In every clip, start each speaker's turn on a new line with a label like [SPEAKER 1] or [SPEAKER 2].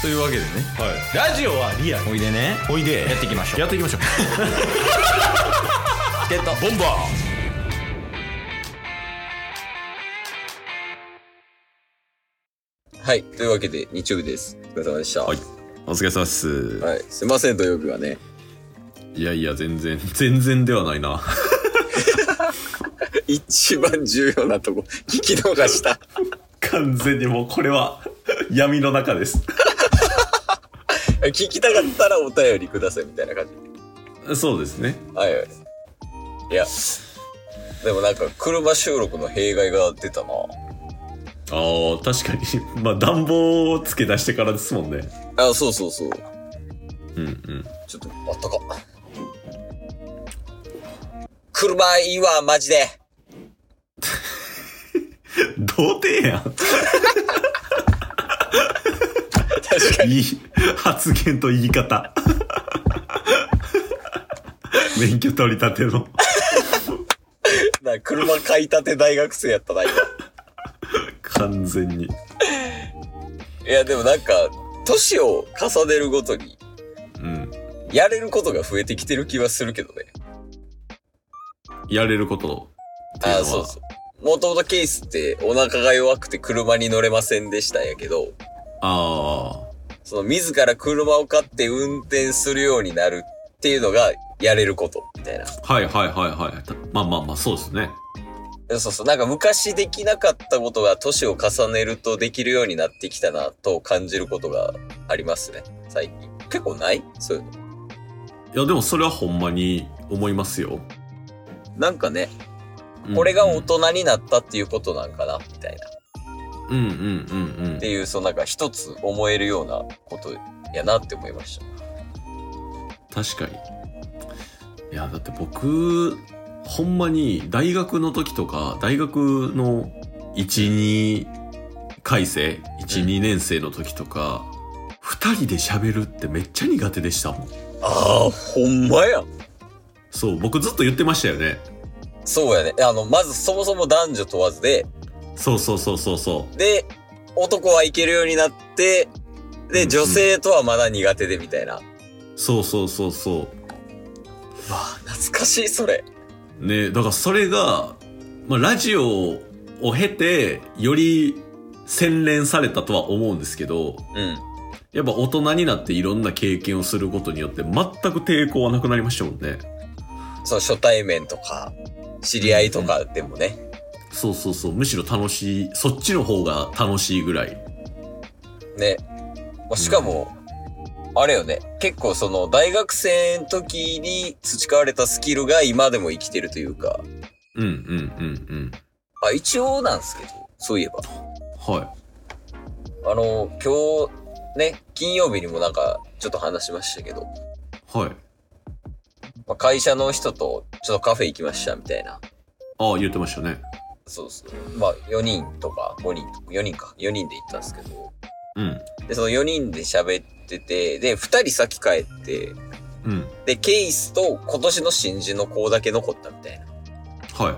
[SPEAKER 1] というわけでね
[SPEAKER 2] はい、ラジオはリアル
[SPEAKER 1] おいでね
[SPEAKER 2] おいで
[SPEAKER 1] やっていきましょう
[SPEAKER 2] やっていきましょう
[SPEAKER 1] ゲット
[SPEAKER 2] ボンバ
[SPEAKER 3] はい。というわけで、日曜日です。お疲れ様でした。
[SPEAKER 2] は
[SPEAKER 3] はいい。
[SPEAKER 2] ーお疲れ様です、
[SPEAKER 3] すいません、土曜日はね。
[SPEAKER 2] い、やいや全然全然ではないな
[SPEAKER 3] 一番重要なとこ、 聞き逃した。
[SPEAKER 2] 完全にもうこれは闇の中です
[SPEAKER 3] 聞きたかったらお便りください、みたいな感じ
[SPEAKER 2] そうですね
[SPEAKER 3] で。はいはい。いや。でもなんか、車収録の弊害が出たな。
[SPEAKER 2] ああ確かに まあ暖房をつけ出してからですもんね
[SPEAKER 3] あ、そうそうそ
[SPEAKER 2] う
[SPEAKER 3] う。
[SPEAKER 2] んうん
[SPEAKER 3] ちょっと、あったか。車いいわ、マジで。
[SPEAKER 2] 童貞やん
[SPEAKER 3] 確かに。
[SPEAKER 2] いい発言と言い 方免許取り立ての
[SPEAKER 3] な車買いたて大学生やったな、今。
[SPEAKER 2] 完全に
[SPEAKER 3] いや、でもなんか、年を重ねるごとに、
[SPEAKER 2] うん
[SPEAKER 3] やれることが増えてきてる気はするけどね。
[SPEAKER 2] やれることっていうの
[SPEAKER 3] あ
[SPEAKER 2] は
[SPEAKER 3] あ、そうそう。もともとケースってお腹が弱くて車に乗れませんでしたんやけど、
[SPEAKER 2] ああ
[SPEAKER 3] その自ら車を買って運転するようになるっていうのがやれること、みたいな。
[SPEAKER 2] はいはいはいはい。たまあまあまあ、そうですね。
[SPEAKER 3] そうそう。なんか昔できなかったことが年を重ねるとできるようになってきたなと感じることがありますね。最近。結構ないそういうの。
[SPEAKER 2] いや、でもそれはほんまに思いますよ。
[SPEAKER 3] なんかね、
[SPEAKER 2] うん
[SPEAKER 3] これが大人になったっていうことなんかな、みたいな。
[SPEAKER 2] うんうんうんうん
[SPEAKER 3] って。いう、そのなんか一つ思えるようなことやなって思いました。
[SPEAKER 2] 確かに。いや、だって僕、ほんまに大学の時とか、大学の1、2回生、1、
[SPEAKER 3] うん
[SPEAKER 2] 2年生の時とか、二人で喋るってめっちゃ苦手でしたもん。
[SPEAKER 3] ああ、ほんまやん。
[SPEAKER 2] そう、僕ずっと言ってましたよね。
[SPEAKER 3] そうやね。あの、まずそもそも男女問わずで、
[SPEAKER 2] そうそうそうそうそ
[SPEAKER 3] で、男は行けるようになって、
[SPEAKER 2] うんう
[SPEAKER 3] で、
[SPEAKER 2] ん
[SPEAKER 3] 女性とはまだ苦手でみたいな。
[SPEAKER 2] う。そうそうそうそう。
[SPEAKER 3] 懐かしい、それ。
[SPEAKER 2] ねだからそれが、まあ、ラジオを経てより洗練されたとは思うんですけど
[SPEAKER 3] うん。
[SPEAKER 2] やっぱ大人になっていろんな経験をすることによって全く抵抗はなくなりましたもんね
[SPEAKER 3] そう、初対面とか、知り合いとかでもね。
[SPEAKER 2] そうそうそうむしろ楽しいそっちの方が楽しいぐらい
[SPEAKER 3] ね。まあしかも、あれよね。結構その、大学生の時に培われたスキルが今でも生きてるというか、
[SPEAKER 2] うんうんうんうん
[SPEAKER 3] あ、一応なんですけど、そういえば。
[SPEAKER 2] は
[SPEAKER 3] あの、今日、ね、金曜日にもなんか、ちょっと話しましたけど、
[SPEAKER 2] いはい
[SPEAKER 3] まあ、会社の人と、ちょっとカフェ行きました、みたいな。
[SPEAKER 2] ああ言ってましたね
[SPEAKER 3] そうそう。まあ、4人とか、5人とか、4人か、4人で行ったんですけど、
[SPEAKER 2] うん
[SPEAKER 3] で、その4人で喋ってて、で、2人先帰って、
[SPEAKER 2] うん
[SPEAKER 3] で、ケイスと今年の新人の子だけ残ったみたいな。
[SPEAKER 2] はい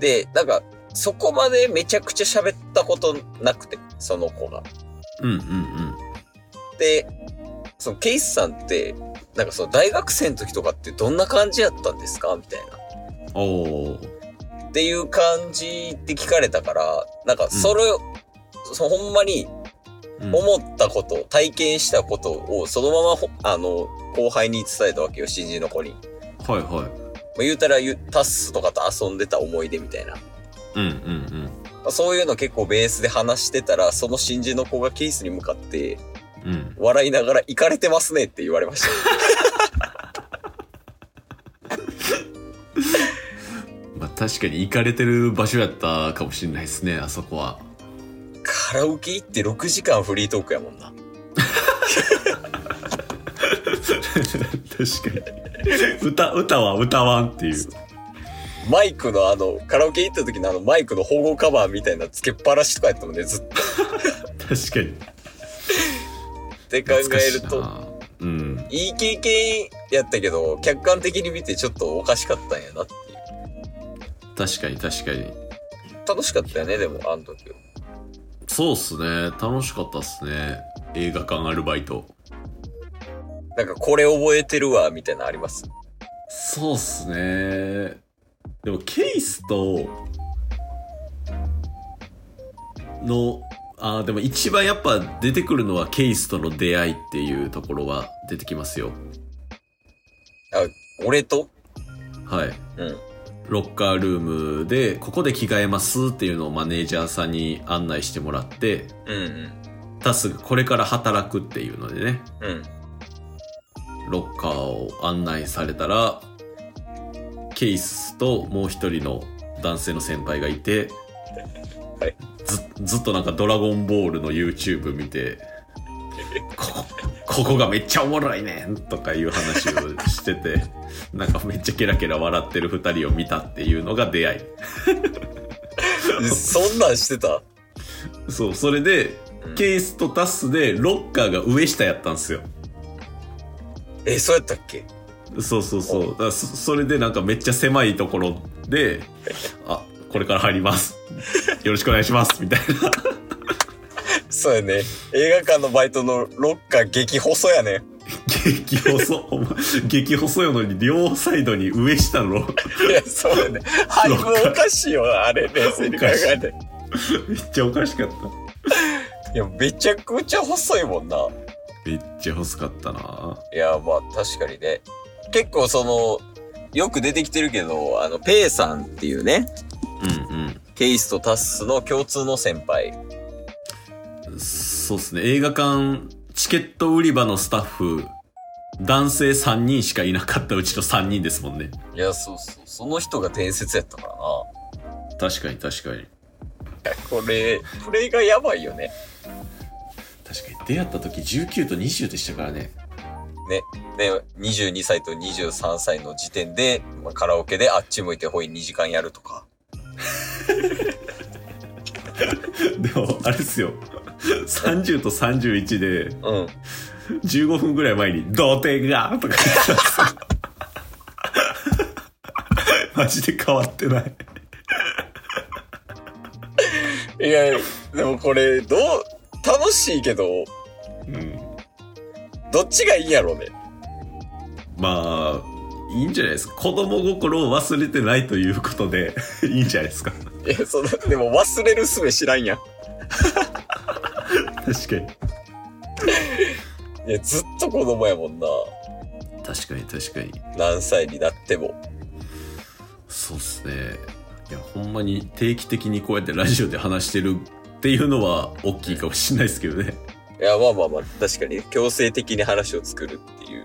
[SPEAKER 3] で、なんか、そこまでめちゃくちゃ喋ったことなくて、その子が。
[SPEAKER 2] うんうんうん
[SPEAKER 3] で、そのケイスさんって、なんかその大学生の時とかってどんな感じやったんですかみたいな。
[SPEAKER 2] おー
[SPEAKER 3] っていう感じって聞かれたから、なんかそれを、そほんまに
[SPEAKER 2] うん
[SPEAKER 3] 思ったこと、体験したことをそのままほ、あの、後輩に伝えたわけよ、新人の子に。ま
[SPEAKER 2] はいは
[SPEAKER 3] あ、言うたらゆ、タッスとかと遊んでた思い出みたいな。ま
[SPEAKER 2] いうんうん
[SPEAKER 3] あそういうの結構ベースで話してたら、その新人の子がケイスに向かっ
[SPEAKER 2] う
[SPEAKER 3] て、
[SPEAKER 2] んうん
[SPEAKER 3] 笑いながら、行かれてますねって言われました。
[SPEAKER 2] まあ確かに行かれてる場所やったかもしれないですねあそこは
[SPEAKER 3] カラオケ行って6時間フリートークやもんな。
[SPEAKER 2] 確かに歌歌は歌わんっていう
[SPEAKER 3] マイクのあの、カラオケ行った時のあのマイクの保護カバーみたいなつけっぱなしとかやったもんね、ずっと。
[SPEAKER 2] 確かに
[SPEAKER 3] って考えると。
[SPEAKER 2] とうん
[SPEAKER 3] いい経験やったけど、客観的に見てちょっとおかしかったんやなっていう。
[SPEAKER 2] 確かに確かに
[SPEAKER 3] 楽しかったよね、でも、あの時は。
[SPEAKER 2] そうっすね楽しかったっすね映画館アルバイト。
[SPEAKER 3] なんかこれ覚えてるわ、みたいなのあります。
[SPEAKER 2] そうっすね。でも、ケースと、の、あーでも一番やっぱ出てくるのはケースとの出会いっていうところは出てきますよ。
[SPEAKER 3] 俺と
[SPEAKER 2] はい。
[SPEAKER 3] うん。
[SPEAKER 2] ロッカールームで、ここで着替えますっていうのをマネージャーさんに案内してもらって、
[SPEAKER 3] うんうん。
[SPEAKER 2] タスがこれから働くっていうのでね、
[SPEAKER 3] うん。
[SPEAKER 2] ロッカーを案内されたら、ケイスともう一人の男性の先輩がいて、
[SPEAKER 3] はい
[SPEAKER 2] ずずっとなんかドラゴンボールの YouTube 見て、ここ、ここがめっちゃおもろいねんとかいう話をしてて、なんかめっちゃケラケラ笑ってる二人を見たっていうのが出会い。
[SPEAKER 3] えそんなんしてた
[SPEAKER 2] そう、それで、
[SPEAKER 3] うん
[SPEAKER 2] ケースとタスでロッカーが上下やったんですよ。
[SPEAKER 3] え、そうやったっけ
[SPEAKER 2] そうそうそう。だからそそれでなんかめっちゃ狭いところ で、あ、これから入ります。よろしくお願いします。みたいな。
[SPEAKER 3] そうやね。映画館のバイトのロッカー激細やね。
[SPEAKER 2] 激細。お前激細いのに両サイドに上下のロ
[SPEAKER 3] いや、そうやね。配分おかしいよな、あれ、冷静に考えて。
[SPEAKER 2] めっちゃおかしかった。
[SPEAKER 3] いや、めちゃくちゃ細いもんな。
[SPEAKER 2] めっちゃ細かったない
[SPEAKER 3] や、まあ確かにね。結構その、よく出てきてるけど、あの、ペイさんっていうね、
[SPEAKER 2] うん
[SPEAKER 3] ケイスとタッスの共通の先輩。
[SPEAKER 2] うん。そうっすね。映画館、チケット売り場のスタッフ、男性3人しかいなかったうちの3人ですもんね。
[SPEAKER 3] いや、そうそう。その人が伝説やったからな。
[SPEAKER 2] 確かに確かに。
[SPEAKER 3] これ、これがやばいよね。
[SPEAKER 2] 確かに出会った時19と20でしたからね。
[SPEAKER 3] で、22歳と23歳の時点で、まあ、カラオケであっち向いてほい2時間やるとか。
[SPEAKER 2] でもあれっすよ30と31で
[SPEAKER 3] うん。
[SPEAKER 2] 15分ぐらい前に「童貞が!」とか言ってたんですよ マジで変わってない
[SPEAKER 3] いや、でもこれ、どう、楽しいけど、
[SPEAKER 2] うん
[SPEAKER 3] どっちがいいんやろうね。
[SPEAKER 2] まあいいんじゃないですか子供心を忘れてないということでいいんじゃないですか
[SPEAKER 3] いや、その、でも忘れるすべ知らんやん。
[SPEAKER 2] 確かに
[SPEAKER 3] いや、ずっと子供やもんな。
[SPEAKER 2] 確かに確かに
[SPEAKER 3] 何歳になっても。
[SPEAKER 2] そうっすねいやほんまに定期的にこうやってラジオで話してるっていうのは大きいかもしれないですけどね、
[SPEAKER 3] いや、まあまあまあ、確かに強制的に話を作るっていう、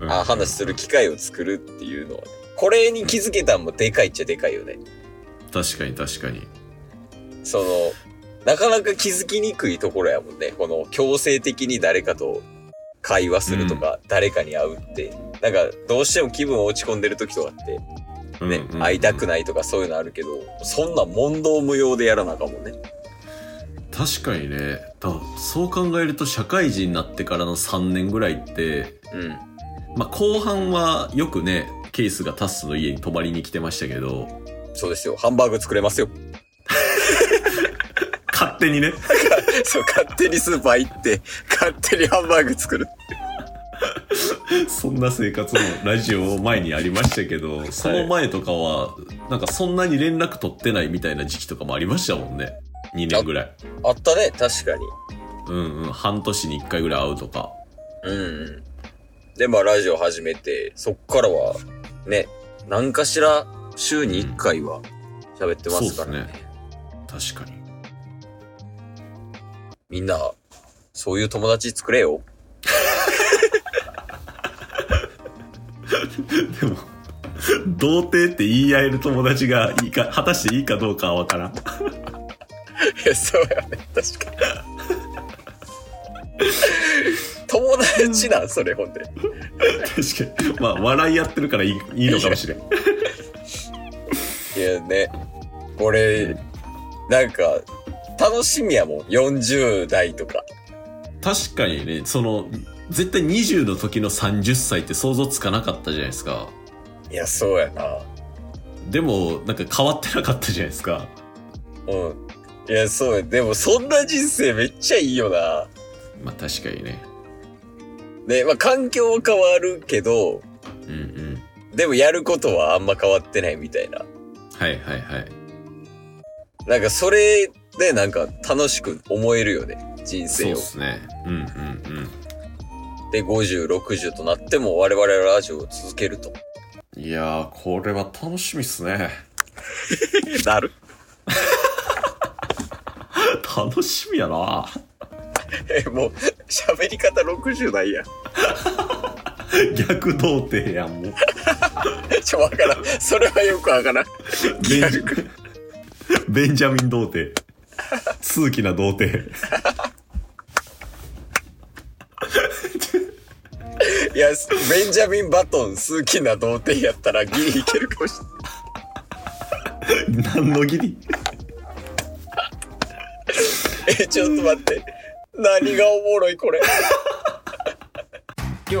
[SPEAKER 2] うん
[SPEAKER 3] あ話する機会を作るっていうのは、ね、これに気づけたんもでかいっちゃでかいよね。
[SPEAKER 2] 確かに確かに
[SPEAKER 3] その、なかなか気づきにくいところやもんね。この強制的に誰かと会話するとか、誰かに会うって。なんか、どうしても気分落ち込んでる時とかって、ね、会いたく
[SPEAKER 2] ない
[SPEAKER 3] ないとかそういうのあるけど、そんな問答無用でやらなあかんもんね。
[SPEAKER 2] 確かにねだそう考えると社会人になってからの3年ぐらいって、
[SPEAKER 3] うん。
[SPEAKER 2] まあ、後半はよくねケースがタッスの家に泊まりに来てましたけど
[SPEAKER 3] そうですよ。ハンバーグ作れますよ。
[SPEAKER 2] 勝手にね
[SPEAKER 3] そう、勝手にスーパー行って、 勝手にハンバーグ作る。
[SPEAKER 2] そんな生活もラジオ前にありましたけどその前とかはなんかそんなに連絡取ってないみたいな時期とかもありましたもんね2年ぐらい
[SPEAKER 3] あったね、確かに。
[SPEAKER 2] うんうん半年に1回ぐらい会うとか
[SPEAKER 3] うんうん。で、まあ、ラジオ始めて、そっからは、ね、何かしら週に1回は喋ってますからね。
[SPEAKER 2] そうっす確かに
[SPEAKER 3] みんな、そういう友達作れよ。
[SPEAKER 2] でも童貞って言い合える友達がいいか果たしていいかどうかはわ からん
[SPEAKER 3] いや、 そうやね、確かに。 友達なん、それ、ほんで。
[SPEAKER 2] 確かにまあ笑い合ってるからいいいいのかもしれん
[SPEAKER 3] いやね、これ、なんか、楽しみやもん。40代とか。
[SPEAKER 2] 確かにねその絶対20の時の30歳って想像つかなかったじゃないですか
[SPEAKER 3] いや、そうやな。
[SPEAKER 2] でもなんか変わってなかったじゃないですか
[SPEAKER 3] うん。いや、そうや。でも、そんな人生めっちゃいいよな。
[SPEAKER 2] まあ確かにね。
[SPEAKER 3] ね、まあ環境は変わるけど、
[SPEAKER 2] うんうん。
[SPEAKER 3] でもやることはあんま変わってないみたいな。
[SPEAKER 2] はいはいはい。
[SPEAKER 3] なんかそれでなんか楽しく思えるよね。人
[SPEAKER 2] そう
[SPEAKER 3] 生
[SPEAKER 2] っ
[SPEAKER 3] を。
[SPEAKER 2] すね。うんうんうん。
[SPEAKER 3] で、50、60となっても我々はラジオを続ける と。
[SPEAKER 2] いやー、これは楽しみっすね。
[SPEAKER 3] なる。
[SPEAKER 2] 楽しみやな。
[SPEAKER 3] え、 もう、喋り方60ないやん。
[SPEAKER 2] 逆童貞やん、もう。
[SPEAKER 3] ちょ、わからん。それはよくわからん。
[SPEAKER 2] ベンジベンジャミン童貞。通気な童貞。
[SPEAKER 3] いや、すベンジャミン・バトン、好きな童貞やったらギリいけるかもしれない。
[SPEAKER 2] 何の義理
[SPEAKER 3] え、ちょっと待って。何がおもろいこれ。
[SPEAKER 1] 今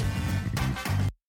[SPEAKER 4] す